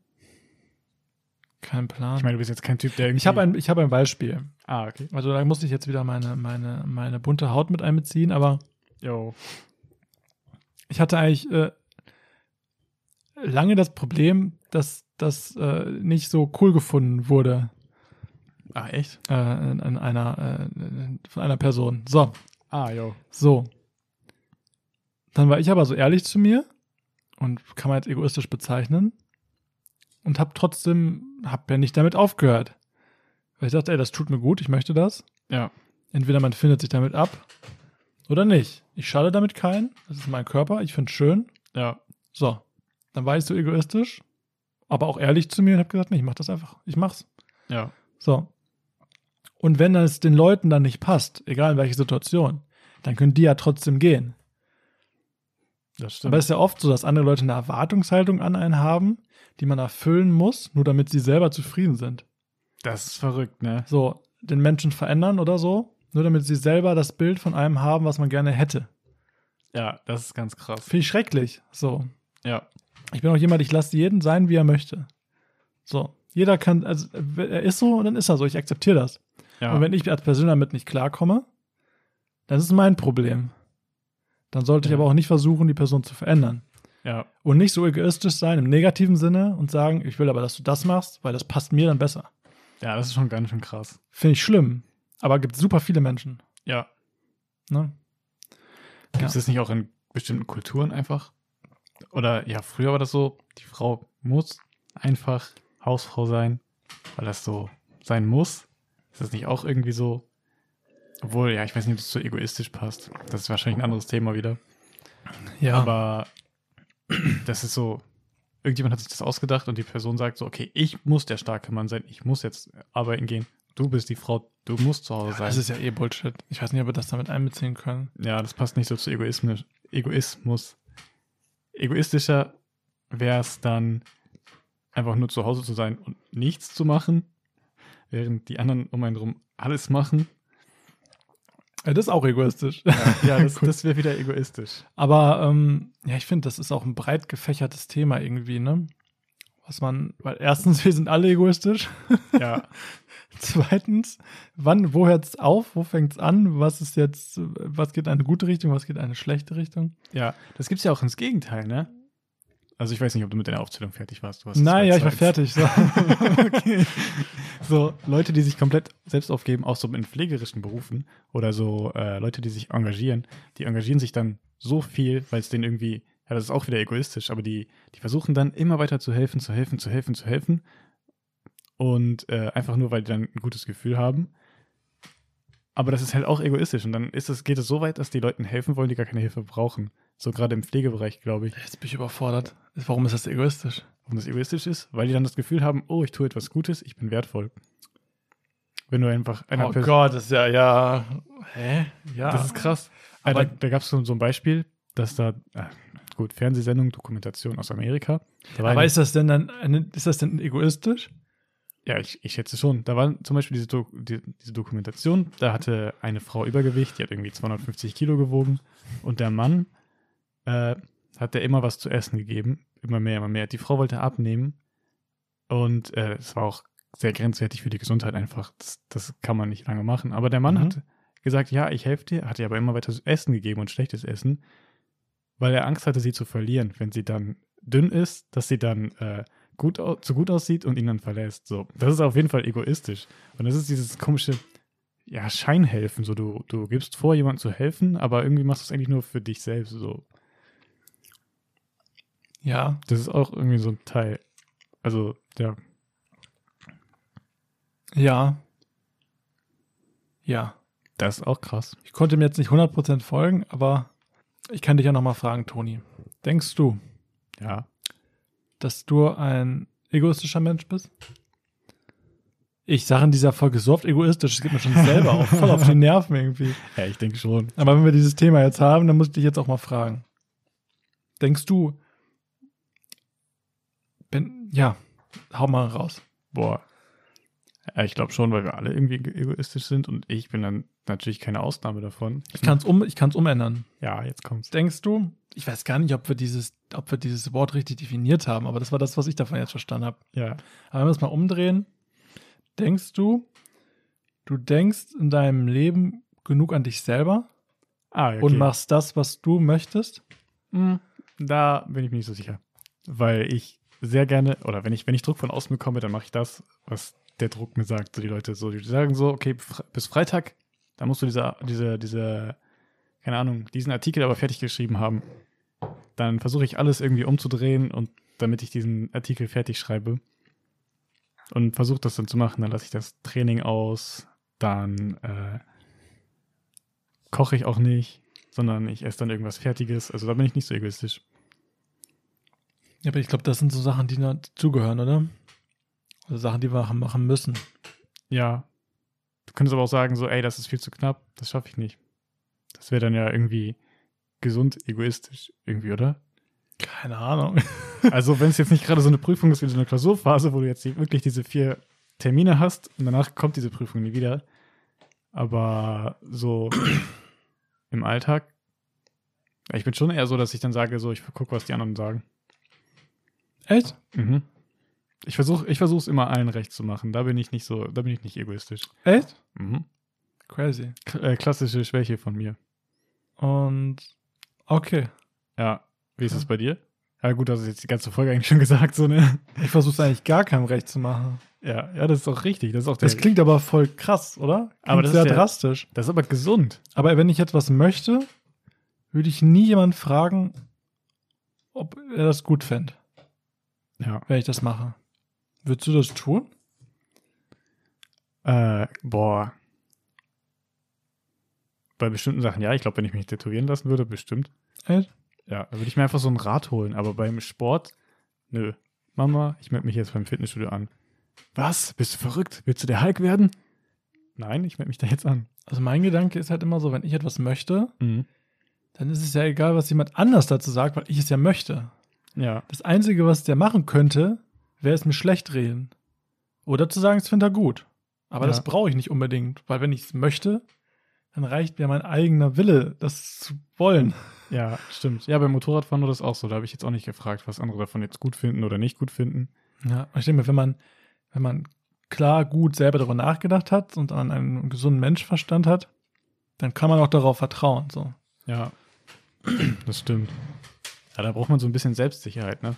B: Kein Plan.
A: Ich
B: Ich,
A: meine, du bist jetzt kein Typ, der irgendwie.
B: habe ein, ich hab ein Beispiel.
A: Ah, okay.
B: Also da muss ich jetzt wieder meine, meine, meine bunte Haut mit einbeziehen, aber
A: Jo.
B: ich hatte eigentlich äh, lange das Problem, dass das äh, nicht so cool gefunden wurde,
A: Ah, echt?
B: äh, an an einer, äh, von einer Person. So,
A: Ah, jo.
B: so. Dann war ich aber so ehrlich zu mir und kann man jetzt egoistisch bezeichnen und habe trotzdem, habe ja nicht damit aufgehört. Weil ich dachte, ey, das tut mir gut, ich möchte das.
A: Ja.
B: Entweder man findet sich damit ab oder nicht. Ich schade damit keinen, das ist mein Körper, ich finde es schön.
A: Ja.
B: So, dann war ich so egoistisch, aber auch ehrlich zu mir und habe gesagt, nee, ich mach das einfach, ich mach's.
A: Ja.
B: So. Und wenn es den Leuten dann nicht passt, egal in welche Situation, dann können die ja trotzdem gehen.
A: Das stimmt.
B: Aber es ist ja oft so, dass andere Leute eine Erwartungshaltung an einen haben, die man erfüllen muss, nur damit sie selber zufrieden sind.
A: das ist verrückt, ne?
B: So, den Menschen verändern oder so, nur damit sie selber das Bild von einem haben, was man gerne hätte.
A: Ja, das ist ganz krass.
B: Finde ich schrecklich. So.
A: Ja.
B: Ich bin auch jemand, ich lasse jeden sein, wie er möchte. So. Jeder kann, also er ist so, dann ist er so. Ich akzeptiere das.
A: Ja.
B: Und wenn ich als Person damit nicht klarkomme, dann ist es mein Problem. Dann sollte
A: Ja.
B: ich aber auch nicht versuchen, die Person zu verändern.
A: ja.
B: Und nicht so egoistisch sein im negativen Sinne und sagen, ich will aber, dass du das machst, weil das passt mir dann besser.
A: Ja, das ist schon ganz schön krass.
B: Finde ich schlimm. Aber gibt super viele Menschen.
A: Ja.
B: Ne?
A: Gibt es das nicht auch in bestimmten Kulturen einfach? Oder ja, früher war das so, die Frau muss einfach Hausfrau sein, weil das so sein muss. Ist das nicht auch irgendwie so? Obwohl, ja, ich weiß nicht, ob das so egoistisch passt. Das ist wahrscheinlich ein anderes Thema wieder.
B: Ja. Aber
A: Aber das ist so, irgendjemand hat sich das ausgedacht und die Person sagt so, okay, ich muss der starke Mann sein, ich muss jetzt arbeiten gehen. Du bist die Frau, du musst zu Hause sein.
B: das ist ja eh Bullshit. Ich weiß nicht, ob wir das damit einbeziehen können.
A: Ja, das passt nicht so zu Egoismus. Egoismus. Egoistischer wäre es dann, einfach nur zu Hause zu sein und nichts zu machen, während die anderen um einen rum alles machen.
B: Ja, das ist auch egoistisch.
A: Ja, das, das wäre wieder egoistisch.
B: Aber ähm, ja, ich finde, das ist auch ein breit gefächertes Thema irgendwie, ne? Was man, weil erstens, wir sind alle egoistisch.
A: Ja,
B: Zweitens, wann, wo hört es auf? Wo fängt es an? Was ist jetzt, was geht in eine gute Richtung, was geht in eine schlechte Richtung?
A: ja. Das gibt's ja auch ins Gegenteil, ne? Also ich weiß nicht, ob du mit deiner Aufzählung fertig warst. Du hast zwei
B: Nein, ja, ich war
A: Zeit.
B: fertig. So.
A: okay. so Leute, die sich komplett selbst aufgeben, auch so in pflegerischen Berufen oder so äh, Leute, die sich engagieren, die engagieren sich dann so viel, weil es denen irgendwie, ja, das ist auch wieder egoistisch, aber die, die versuchen dann immer weiter zu helfen, zu helfen, zu helfen, zu helfen. Und äh, einfach nur, weil die dann ein gutes Gefühl haben. Aber das ist halt auch egoistisch. Und dann ist es, geht es so weit, dass die Leuten helfen wollen, die gar keine Hilfe brauchen. So gerade im Pflegebereich, glaube ich.
B: Jetzt bin ich überfordert. Warum ist das egoistisch?
A: Warum das egoistisch ist? Weil die dann das Gefühl haben, oh, ich tue etwas Gutes, ich bin wertvoll. Wenn du einfach einer
B: oh
A: Pers-
B: Gott, das ist ja, ja. Hä? Ja.
A: Das ist krass.
B: Aber-
A: Aber da da gab es so, so ein Beispiel, dass da, ah, gut, Fernsehsendung, Dokumentation aus Amerika. Da war
B: Aber
A: eine-
B: ist das denn dann, eine- ist das denn egoistisch?
A: Ja, ich, ich schätze schon. Da war zum Beispiel diese, Do die, diese Dokumentation, da hatte eine Frau Übergewicht, die hat irgendwie 250 Kilo gewogen und der Mann äh, hat der immer was zu essen gegeben, immer mehr, immer mehr. Die Frau wollte abnehmen und äh, es war auch sehr grenzwertig für die Gesundheit einfach. Das, das kann man nicht lange machen. Aber der Mann
B: Mhm.
A: hat gesagt, ja, ich helfe dir, hat ihr aber immer weiter Essen gegeben und schlechtes Essen, weil er Angst hatte, sie zu verlieren, wenn sie dann dünn ist, dass sie dann äh, gut au- zu gut aussieht und ihn dann verlässt. So, das ist auf jeden Fall egoistisch. Und das ist dieses komische, ja, Scheinhelfen. So, du, du gibst vor, jemandem zu helfen, aber irgendwie machst du es eigentlich nur für dich selbst. So,
B: Ja.
A: das ist auch irgendwie so ein Teil. Also, ja,
B: Ja. Ja.
A: das ist auch krass.
B: Ich konnte mir jetzt nicht 100% folgen, aber ich kann dich ja nochmal fragen, Toni. Denkst du,
A: Ja.
B: dass du ein egoistischer Mensch bist? Ich sage in dieser Folge so oft egoistisch, es geht mir schon selber auch voll auf die Nerven irgendwie.
A: Ja, ich denke schon.
B: Aber wenn wir dieses Thema jetzt haben, dann muss ich dich jetzt auch mal fragen. Denkst du, bin, ja, hau mal raus.
A: Boah. Ja, ich glaube schon, weil wir alle irgendwie ge- egoistisch sind und ich bin dann natürlich keine Ausnahme davon.
B: Ich kann es um, ich kann's umändern.
A: Ja, jetzt kommt's.
B: Denkst du, ich weiß gar nicht, ob wir, dieses, ob wir dieses Wort richtig definiert haben, aber das war das, was ich davon jetzt verstanden habe.
A: Ja.
B: Aber wenn wir es mal umdrehen, denkst du, du denkst in deinem Leben genug an dich selber
A: Ah, ja, okay.
B: und machst das, was du möchtest?
A: Mm, Da bin ich mir nicht so sicher. Weil ich sehr gerne, oder wenn ich, wenn ich Druck von außen bekomme, dann mache ich das, was der Druck mir sagt. So die Leute so, die sagen so, okay, fr- bis Freitag, da musst du diese, diese, diese, keine Ahnung, diesen Artikel aber fertig geschrieben haben. Dann versuche ich alles irgendwie umzudrehen und damit ich diesen Artikel fertig schreibe. Und versuche das dann zu machen. Dann lasse ich das Training aus, dann äh, koche ich auch nicht, sondern ich esse dann irgendwas Fertiges. Also da bin ich nicht so egoistisch.
B: Ja, aber ich glaube, das sind so Sachen, die dazugehören, oder? Also Sachen, die wir machen- machen müssen.
A: Ja. Du könntest aber auch sagen, so, ey, das ist viel zu knapp, das schaffe ich nicht. Das wäre dann ja irgendwie gesund egoistisch, irgendwie, oder?
B: Keine Ahnung.
A: Also, wenn es jetzt nicht gerade so eine Prüfung ist wie so eine Klausurphase, wo du jetzt die- wirklich diese vier Termine hast und danach kommt diese Prüfung nie wieder. Aber so im Alltag, ja, ich bin schon eher so, dass ich dann sage, so, ich gucke, was die anderen sagen.
B: Echt?
A: Mhm. Ich versuche ich es immer allen recht zu machen. Da bin ich nicht so, da bin ich nicht egoistisch.
B: Echt?
A: Mhm.
B: Crazy.
A: K äh, klassische Schwäche von mir.
B: Und okay.
A: Ja, wie ist
B: Ja.
A: es bei dir? Ja, gut, das ist jetzt die ganze Folge eigentlich schon gesagt, so, ne?
B: Ich versuche es eigentlich gar keinem recht zu machen.
A: Ja, ja, das ist auch richtig. Das ist auch der,
B: Das klingt aber voll krass, oder? Klingt
A: Aber das
B: sehr
A: ist ja-
B: drastisch.
A: Das ist aber gesund.
B: Aber wenn ich etwas möchte, würde ich nie jemand fragen, ob er das gut fände,
A: Ja.
B: wenn ich das mache. Würdest du das tun?
A: Äh, boah. Bei bestimmten Sachen, ja, ich glaube, wenn ich mich tätowieren lassen würde, bestimmt.
B: Echt?
A: Ja, da würde ich mir einfach so ein Rad holen. Aber beim Sport, nö. Mama, ich melde mich jetzt beim Fitnessstudio an. Was? Bist du verrückt? Willst du der Hulk werden? Nein, ich melde mich da jetzt an.
B: Also mein Gedanke ist halt immer so, wenn ich etwas möchte,
A: Mhm.
B: dann ist es ja egal, was jemand anders dazu sagt, weil ich es ja möchte.
A: Ja.
B: Das Einzige, was der machen könnte, wäre es mir schlecht reden. Oder zu sagen, es findet er gut. Aber
A: Ja.
B: das brauche ich nicht unbedingt, weil wenn ich es möchte, dann reicht mir mein eigener Wille, das zu wollen.
A: Ja, stimmt. Ja, beim Motorradfahren war das auch so. Da habe ich jetzt auch nicht gefragt, was andere davon jetzt gut finden oder nicht gut finden.
B: Ja, und ich denke mir, wenn man, wenn man klar gut selber darüber nachgedacht hat und an einen gesunden Menschenverstand hat, dann kann man auch darauf vertrauen. So.
A: Ja, das stimmt. Ja, da braucht man so ein bisschen Selbstsicherheit, ne?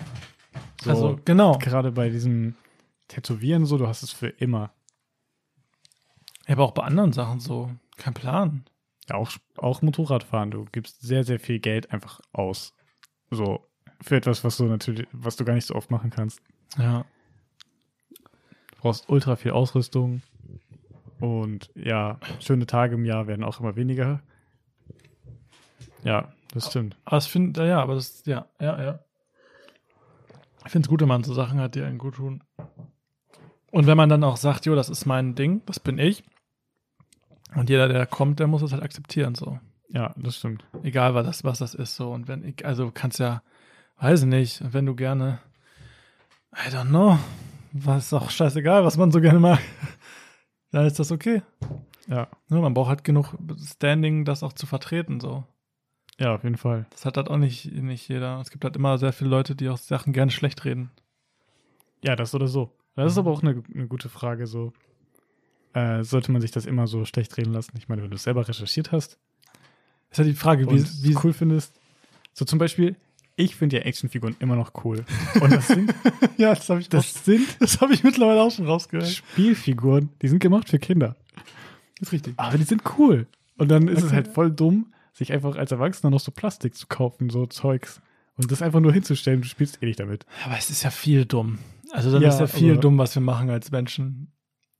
A: So,
B: Also genau.
A: gerade bei diesem Tätowieren so, du hast es für immer.
B: Ja, aber auch bei anderen Sachen so. Kein Plan.
A: Ja, auch, auch Motorradfahren. Du gibst sehr, sehr viel Geld einfach aus. So. Für etwas, was du natürlich, was du gar nicht so oft machen kannst.
B: Ja.
A: Du brauchst ultra viel Ausrüstung. Und ja, schöne Tage im Jahr werden auch immer weniger. Ja, das stimmt.
B: Aber das finde ja, aber das, ja, ja, ja. Ich finde es gut, wenn man so Sachen hat, die einen gut tun. Und wenn man dann auch sagt, jo, das ist mein Ding, das bin ich. Und jeder, der kommt, der muss es halt akzeptieren, so.
A: Ja, das stimmt.
B: Egal, was das, was das ist, so. Und wenn ich, also kannst ja, weiß ich nicht, wenn du gerne, I don't know, was auch scheißegal, was man so gerne mag, dann ist das okay.
A: Ja,
B: Nur man braucht halt genug Standing, das auch zu vertreten, so.
A: ja, auf jeden Fall.
B: Das hat halt auch nicht, nicht jeder. Es gibt halt immer sehr viele Leute, die auch Sachen gerne schlecht reden.
A: Ja, das oder so. Das ist aber auch eine, eine gute Frage, so. Äh, sollte man sich das immer so schlecht reden lassen? Ich meine, wenn du es selber recherchiert hast
B: Ist halt die Frage,
A: und
B: wie,
A: es
B: wie
A: cool findest. So zum Beispiel, ich finde ja Actionfiguren immer noch cool. Und das sind,
B: ja, das habe ich,
A: das sind
B: das hab ich mittlerweile auch schon rausgehört.
A: Spielfiguren, die sind gemacht für Kinder.
B: Ist richtig.
A: Aber die sind cool. Und dann ist es
B: Okay.
A: halt voll dumm, sich einfach als Erwachsener noch so Plastik zu kaufen, so Zeugs. Und das einfach nur hinzustellen, du spielst eh nicht damit.
B: Aber es ist ja viel dumm. Also dann
A: Ja,
B: ist ja viel
A: aber-
B: dumm, was wir machen als Menschen.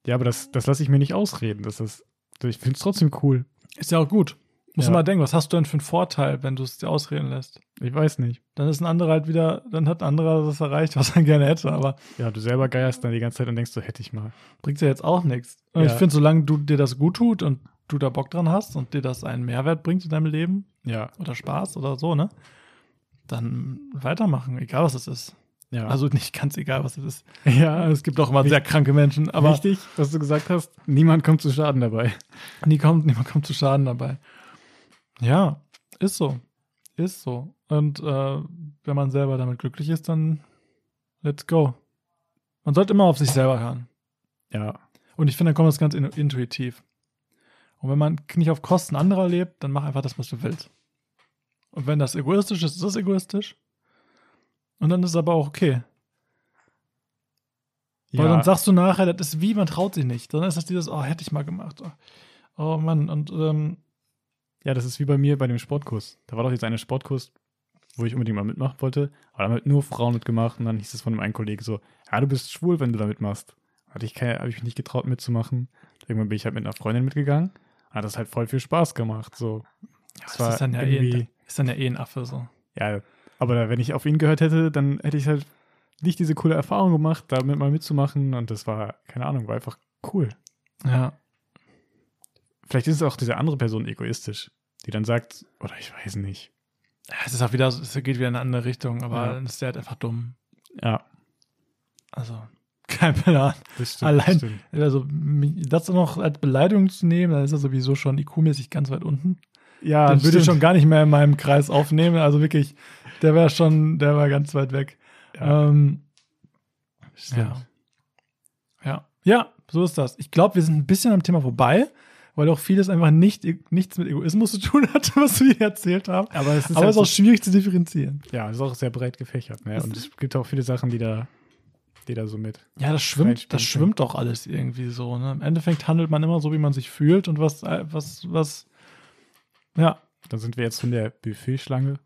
A: Ja, aber das, das lasse ich mir nicht ausreden. Das ist, ich finde es trotzdem cool.
B: Ist ja auch gut. Muss
A: Ja.
B: man mal denken, was hast du denn für einen Vorteil, wenn du es dir ausreden lässt?
A: Ich weiß nicht.
B: Dann ist ein anderer halt wieder, dann hat ein anderer das erreicht, was er gerne hätte, aber
A: Ja, du selber geierst dann die ganze Zeit und denkst, so hätte ich mal.
B: bringt ja jetzt auch nichts. Und ich
A: Ja.
B: finde, solange du dir das gut tut und du da Bock dran hast und dir das einen Mehrwert bringt in deinem Leben,
A: Ja,
B: oder Spaß oder so, ne? Dann weitermachen, egal was es ist.
A: ja.
B: Also nicht ganz egal, was es ist.
A: ja,
B: Es gibt auch immer sehr kranke Menschen, aber
A: aber wichtig, was du gesagt hast, niemand kommt zu Schaden dabei.
B: nie kommt, niemand kommt zu Schaden dabei. Ja, ist so. Ist so. Und äh, wenn man selber damit glücklich ist, dann let's go. Man sollte immer auf sich selber hören.
A: Ja,
B: Und ich finde, dann kommt das ganz in intuitiv. Und wenn man nicht auf Kosten anderer lebt, dann mach einfach das, was du willst. Und wenn das egoistisch ist, ist es egoistisch. Und dann ist es aber auch okay. Weil dann sagst du nachher, das ist wie, man traut sich nicht. Dann ist das dieses, oh, hätte ich mal gemacht. Oh Mann, und ähm,
A: ja, das ist wie bei mir bei dem Sportkurs. Da war doch jetzt eine Sportkurs, wo ich unbedingt mal mitmachen wollte, aber da haben halt nur Frauen mitgemacht und dann hieß es von einem einen Kollegen so, ja, du bist schwul, wenn du da mitmachst. Hatte ich keine, habe ich mich nicht getraut mitzumachen. Irgendwann bin ich halt mit einer Freundin mitgegangen. Hat das halt voll viel Spaß gemacht, so.
B: das
A: Es war
B: ist dann, ja eh,
A: irgendwie-
B: ist dann ja eh ein Affe so.
A: Ja, aber da, wenn ich auf ihn gehört hätte, dann hätte ich halt nicht diese coole Erfahrung gemacht, damit mal mitzumachen und das war, keine Ahnung, war einfach cool.
B: Ja.
A: Vielleicht ist es auch diese andere Person egoistisch, die dann sagt, oder ich weiß nicht.
B: Ja, Es ist auch wieder, so- es geht wieder in eine andere Richtung, aber
A: Ja.
B: dann ist der halt einfach dumm.
A: Ja,
B: Also, kein Plan.
A: das stimmt.
B: Allein-
A: Das stimmt.
B: Also, mi- das dann noch als Beleidigung zu nehmen, dann ist er sowieso schon IQ-mäßig ganz weit unten.
A: Ja,
B: Den
A: das
B: würde ich schon
A: stimmt.
B: gar nicht mehr in meinem Kreis aufnehmen. Also wirklich, der wäre schon, der war ganz weit weg.
A: Ja,
B: Ähm,
A: stimmt.
B: Ja. Ja, so ist das. Ich glaube, wir sind ein bisschen am Thema vorbei, weil auch vieles einfach nicht, nichts mit Egoismus zu tun hat, was wir hier erzählt haben.
A: Aber es ist,
B: Aber
A: halt
B: es ist auch schwierig zu differenzieren.
A: so, ja, es ist auch sehr breit gefächert. Ne?
B: Es-
A: Und es gibt auch viele Sachen, die da, die da so mit.
B: Ja, das schwimmt, das
A: Reinspringen.
B: schwimmt auch alles irgendwie so. Ne? Im Endeffekt handelt man immer so, wie man sich fühlt und was, äh, was, was. Ja,
A: Dann sind wir jetzt von der Buffetschlange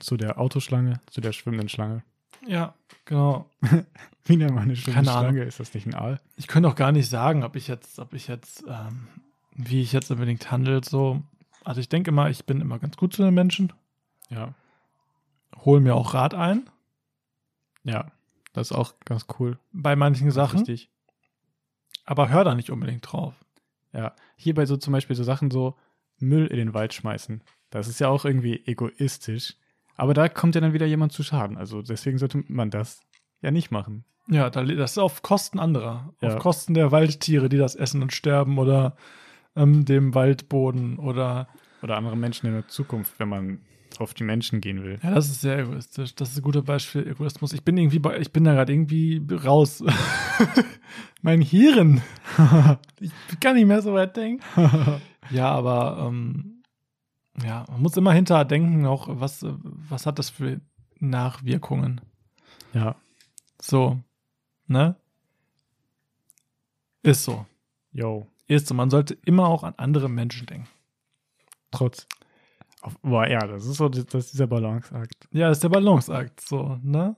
A: zu der Autoschlange, zu der schwimmenden Schlange.
B: ja, genau.
A: Wie nennt man eine schwimmende
B: Keine Ahnung.
A: Schlange? Ist das nicht ein Aal?
B: Ich könnte auch gar nicht sagen, ob ich jetzt, ob ich jetzt, ähm, wie ich jetzt unbedingt handelt. So, also ich denke immer, ich bin immer ganz gut zu den Menschen,
A: Ja.
B: hole mir auch Rat ein
A: Ja. Das ist auch ganz cool.
B: bei manchen Sachen,
A: Richtig.
B: aber hör da nicht unbedingt drauf.
A: Ja, hierbei so zum Beispiel so Sachen so Müll in den Wald schmeißen. Das ist ja auch irgendwie egoistisch. Aber da kommt ja dann wieder jemand zu Schaden. Also deswegen sollte man das ja nicht machen.
B: Ja, da, das ist auf Kosten anderer.
A: Ja.
B: Auf Kosten der Waldtiere, die das essen und sterben oder ähm, dem Waldboden oder.
A: Oder andere Menschen in der Zukunft, wenn man auf die Menschen gehen will.
B: Ja, das ist sehr egoistisch. Das ist ein guter Beispiel für Egoismus. Ich bin irgendwie bei, ich bin da gerade irgendwie raus. mein Hirn. ich kann nicht mehr so weit denken. ja, aber ähm, ja, man muss immer hinterher denken, auch was, äh, was hat das für Nachwirkungen.
A: Ja,
B: So, ne? Ist so.
A: yo.
B: ist. Und man sollte immer auch an andere Menschen denken.
A: Trotz. Auf, boah, ja, das ist so das ist dieser Balanceakt.
B: Ja, das ist der Balanceakt. So, ne?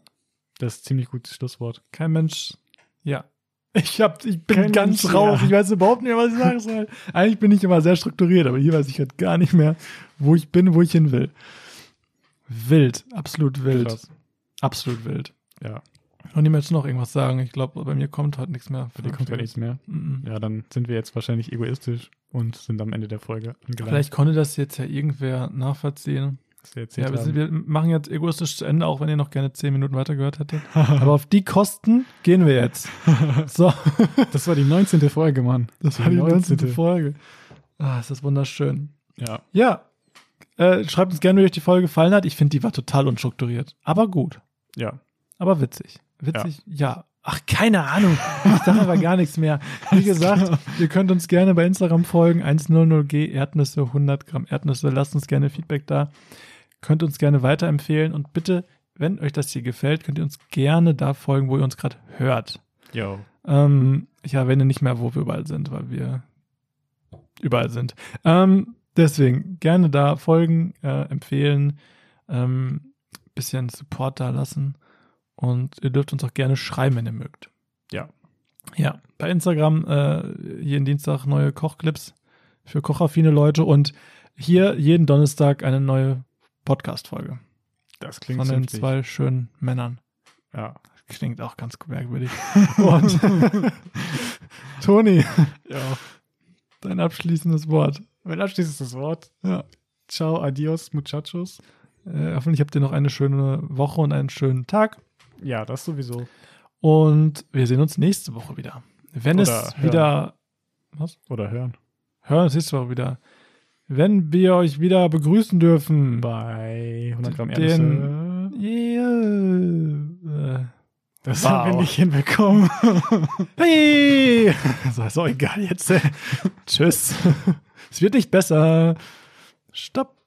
A: Das ist ein ziemlich gutes Schlusswort.
B: Kein Mensch. Ja. Ich, hab, ich bin
A: Kein
B: ganz
A: Mensch,
B: raus.
A: ja.
B: Ich weiß überhaupt nicht, mehr, was ich sagen soll. Eigentlich bin ich immer sehr strukturiert, aber hier weiß ich halt gar nicht mehr, wo ich bin, wo ich hin will. Wild. Absolut wild.
A: Krass.
B: Absolut wild.
A: Ja,
B: Und die Menschen noch irgendwas sagen. Ich glaube, bei mir kommt heute nichts mehr.
A: für die kommt ja nichts mehr.
B: Mhm.
A: Ja, dann sind wir jetzt wahrscheinlich egoistisch und sind am Ende der Folge angelangt.
B: Vielleicht konnte das jetzt ja irgendwer nachvollziehen.
A: was wir erzählt
B: Ja, wir, sind,
A: haben.
B: wir machen jetzt egoistisch zu Ende, auch wenn ihr noch gerne 10 Minuten weitergehört hättet. Aber auf die Kosten gehen wir jetzt. So,
A: Das war die 19. Folge, Mann.
B: das war die 19. Folge. Ah, ist das wunderschön.
A: Ja,
B: Ja, äh, schreibt uns gerne, wie euch die Folge gefallen hat. Ich finde, die war total unstrukturiert. Aber gut.
A: ja.
B: Aber witzig. Witzig, ja. Ach, keine Ahnung. Ich sage aber gar nichts mehr. Wie gesagt, ihr könnt uns gerne bei Instagram folgen. 100g Erdnüsse, 100 Gramm Erdnüsse. Lasst uns gerne Feedback da. Könnt uns gerne weiterempfehlen. Und bitte, wenn euch das hier gefällt, könnt ihr uns gerne da folgen, wo ihr uns gerade hört.
A: Yo.
B: Ähm, ich erwähne nicht mehr, wo wir überall sind, weil wir überall sind. Ähm, deswegen gerne da folgen, äh, empfehlen, ähm, bisschen Support da lassen und ihr dürft uns auch gerne schreiben, wenn ihr mögt.
A: Ja.
B: Ja, bei Instagram äh, jeden Dienstag neue Kochclips für kochaffine Leute und hier jeden Donnerstag eine neue Podcast-Folge
A: Das klingt
B: von den
A: vernünftig.
B: zwei schönen Männern.
A: Ja.
B: Klingt auch ganz merkwürdig. Und Toni,
A: ja.
B: dein abschließendes Wort.
A: Mein abschließendes Wort.
B: Ja.
A: Ciao, adios, muchachos.
B: Äh, hoffentlich habt ihr noch eine schöne Woche und einen schönen Tag.
A: Ja, das sowieso.
B: Und wir sehen uns nächste Woche wieder. Wenn
A: Oder
B: es
A: hören.
B: wieder. Was?
A: Oder hören.
B: Hören uns nächste Woche wieder. Wenn wir euch wieder begrüßen dürfen.
A: Bei 100 Gramm
B: Den-
A: Erdnüsse.
B: Yeah. Äh,
A: Das
B: Wow.
A: haben wir nicht hinbekommen.
B: Hey! So, ist auch egal jetzt. Tschüss. es wird nicht besser. Stopp.